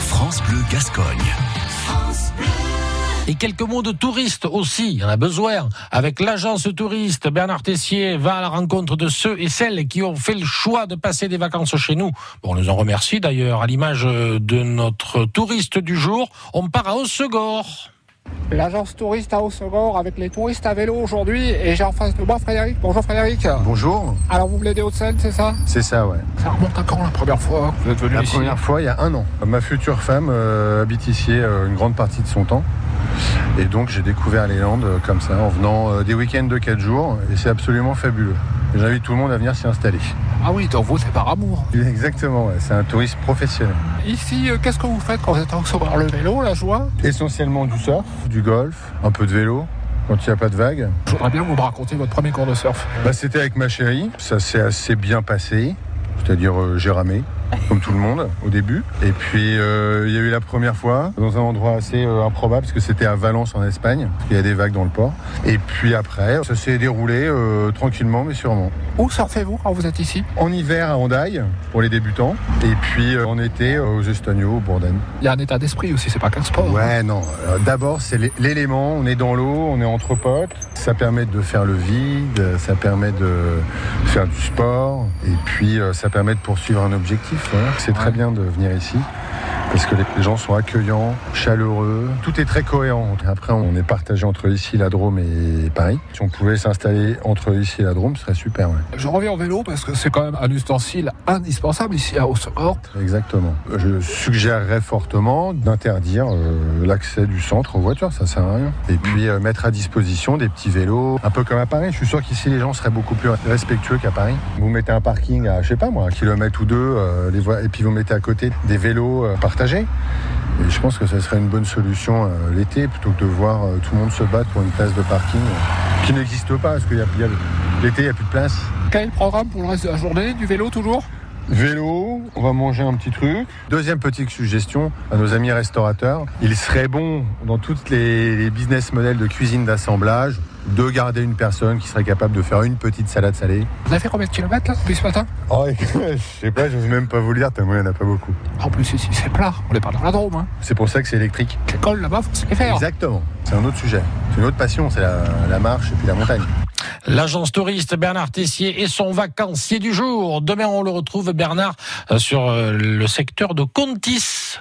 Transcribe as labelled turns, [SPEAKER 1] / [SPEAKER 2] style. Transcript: [SPEAKER 1] France Bleu Gascogne.
[SPEAKER 2] Et quelques mots de touristes aussi, il y en a besoin. Avec l'agence touriste, Bernard Tessier va à la rencontre de ceux et celles qui ont fait le choix de passer des vacances chez nous. Bon, on nous en remercie d'ailleurs, à l'image euh, de notre touriste du jour. On part à Haussegor.
[SPEAKER 3] L'agence touriste à Haussegor avec les touristes à vélo aujourd'hui et j'ai en face de moi Frédéric. Bonjour Frédéric.
[SPEAKER 4] Bonjour,
[SPEAKER 3] Alors vous voulez des Hauts-de-Seine, c'est ça
[SPEAKER 4] c'est ça ouais.
[SPEAKER 3] Ça remonte à quand la première fois que vous êtes venu
[SPEAKER 4] La première fois il y a un an. Ma future femme euh, habite ici euh, une grande partie de son temps. Et donc j'ai découvert les Landes euh, comme ça en venant euh, des week-ends de 4 jours et c'est absolument fabuleux. Et J'invite tout le monde à venir s'y installer.
[SPEAKER 3] Ah oui, donc vous c'est par amour.
[SPEAKER 4] Exactement, ouais, c'est un tourisme professionnel.
[SPEAKER 3] Ici, euh, qu'est-ce que vous faites quand vous êtes à Haussegor Le vélo, la joie
[SPEAKER 4] Essentiellement du surf, du golf, un peu de vélo quand il n'y a pas de vagues.
[SPEAKER 3] Je voudrais bien que vous me racontiez votre premier cours de surf.
[SPEAKER 4] Bah, C'était avec ma chérie, ça s'est assez bien passé, c'est-à-dire euh, j'ai ramé, comme tout le monde au début. Et puis euh, il y a eu la première fois, dans un endroit assez euh, improbable, parce que c'était à Valence en Espagne, il y a des vagues dans le port. Et puis après, ça s'est déroulé euh, tranquillement mais sûrement.
[SPEAKER 3] Où surfez-vous quand vous êtes ici
[SPEAKER 4] En hiver à Hendaye, pour les débutants, et puis euh, en été euh, aux Estagnos, au Bourdaine.
[SPEAKER 3] Il y a un état d'esprit aussi, c'est pas hein. qu'un sport.
[SPEAKER 4] Ouais, non. euh, D'abord, c'est l'é- l'élément. On est dans l'eau, on est entre potes. Ça permet de faire le vide, euh, ça permet de faire du sport, et puis euh, ça permet de poursuivre un objectif. hein. C'est
[SPEAKER 3] Ouais.
[SPEAKER 4] très bien de venir ici. Parce que les les gens sont accueillants, chaleureux, tout est très cohérent. Après, on est partagé entre ici, la Drôme et Paris. Si on pouvait s'installer entre ici et la Drôme, ce serait super. ouais.
[SPEAKER 3] Je reviens en vélo parce que c'est quand même un ustensile indispensable ici à Haussegor.
[SPEAKER 4] Exactement. Je suggérerais fortement d'interdire euh, l'accès du centre aux voitures, ça sert à rien. Et puis euh, mettre à disposition des petits vélos, un peu comme à Paris. Je suis sûr qu'ici les gens seraient beaucoup plus respectueux qu'à Paris. Vous mettez un parking à, je sais pas moi, un kilomètre ou deux, euh, les voies- et puis vous mettez à côté des vélos euh, partagés. Et je pense que ce serait une bonne solution euh, l'été, plutôt que de voir euh, tout le monde se battre pour une place de parking euh, qui n'existe pas, parce qu'il y a- il y a- l'été, il n'y a plus de place.
[SPEAKER 3] Quel est le programme pour le reste de la journée Du vélo toujours
[SPEAKER 4] Vélo, on va manger un petit truc. Deuxième petite suggestion à nos amis restaurateurs. Il serait bon, dans toutes les, les business models de cuisine d'assemblage, de garder une personne qui serait capable de faire une petite salade salée.
[SPEAKER 3] Vous avez fait combien de kilomètres là depuis ce matin
[SPEAKER 4] Oh, et- je sais pas, je n'ose même pas vous le dire, tellement il n'y en a pas beaucoup.
[SPEAKER 3] En plus ici c'est plat, on n'est pas dans la Drôme. Hein.
[SPEAKER 4] C'est pour ça que c'est électrique.
[SPEAKER 3] L'école là-bas, faut se les faire.
[SPEAKER 4] Exactement. C'est un autre sujet. C'est une autre passion, c'est la, la marche et puis la montagne.
[SPEAKER 2] L'agence touriste Bernard Tessier et son vacancier du jour. Demain, on le retrouve, Bernard, euh, sur euh, le secteur de Contis.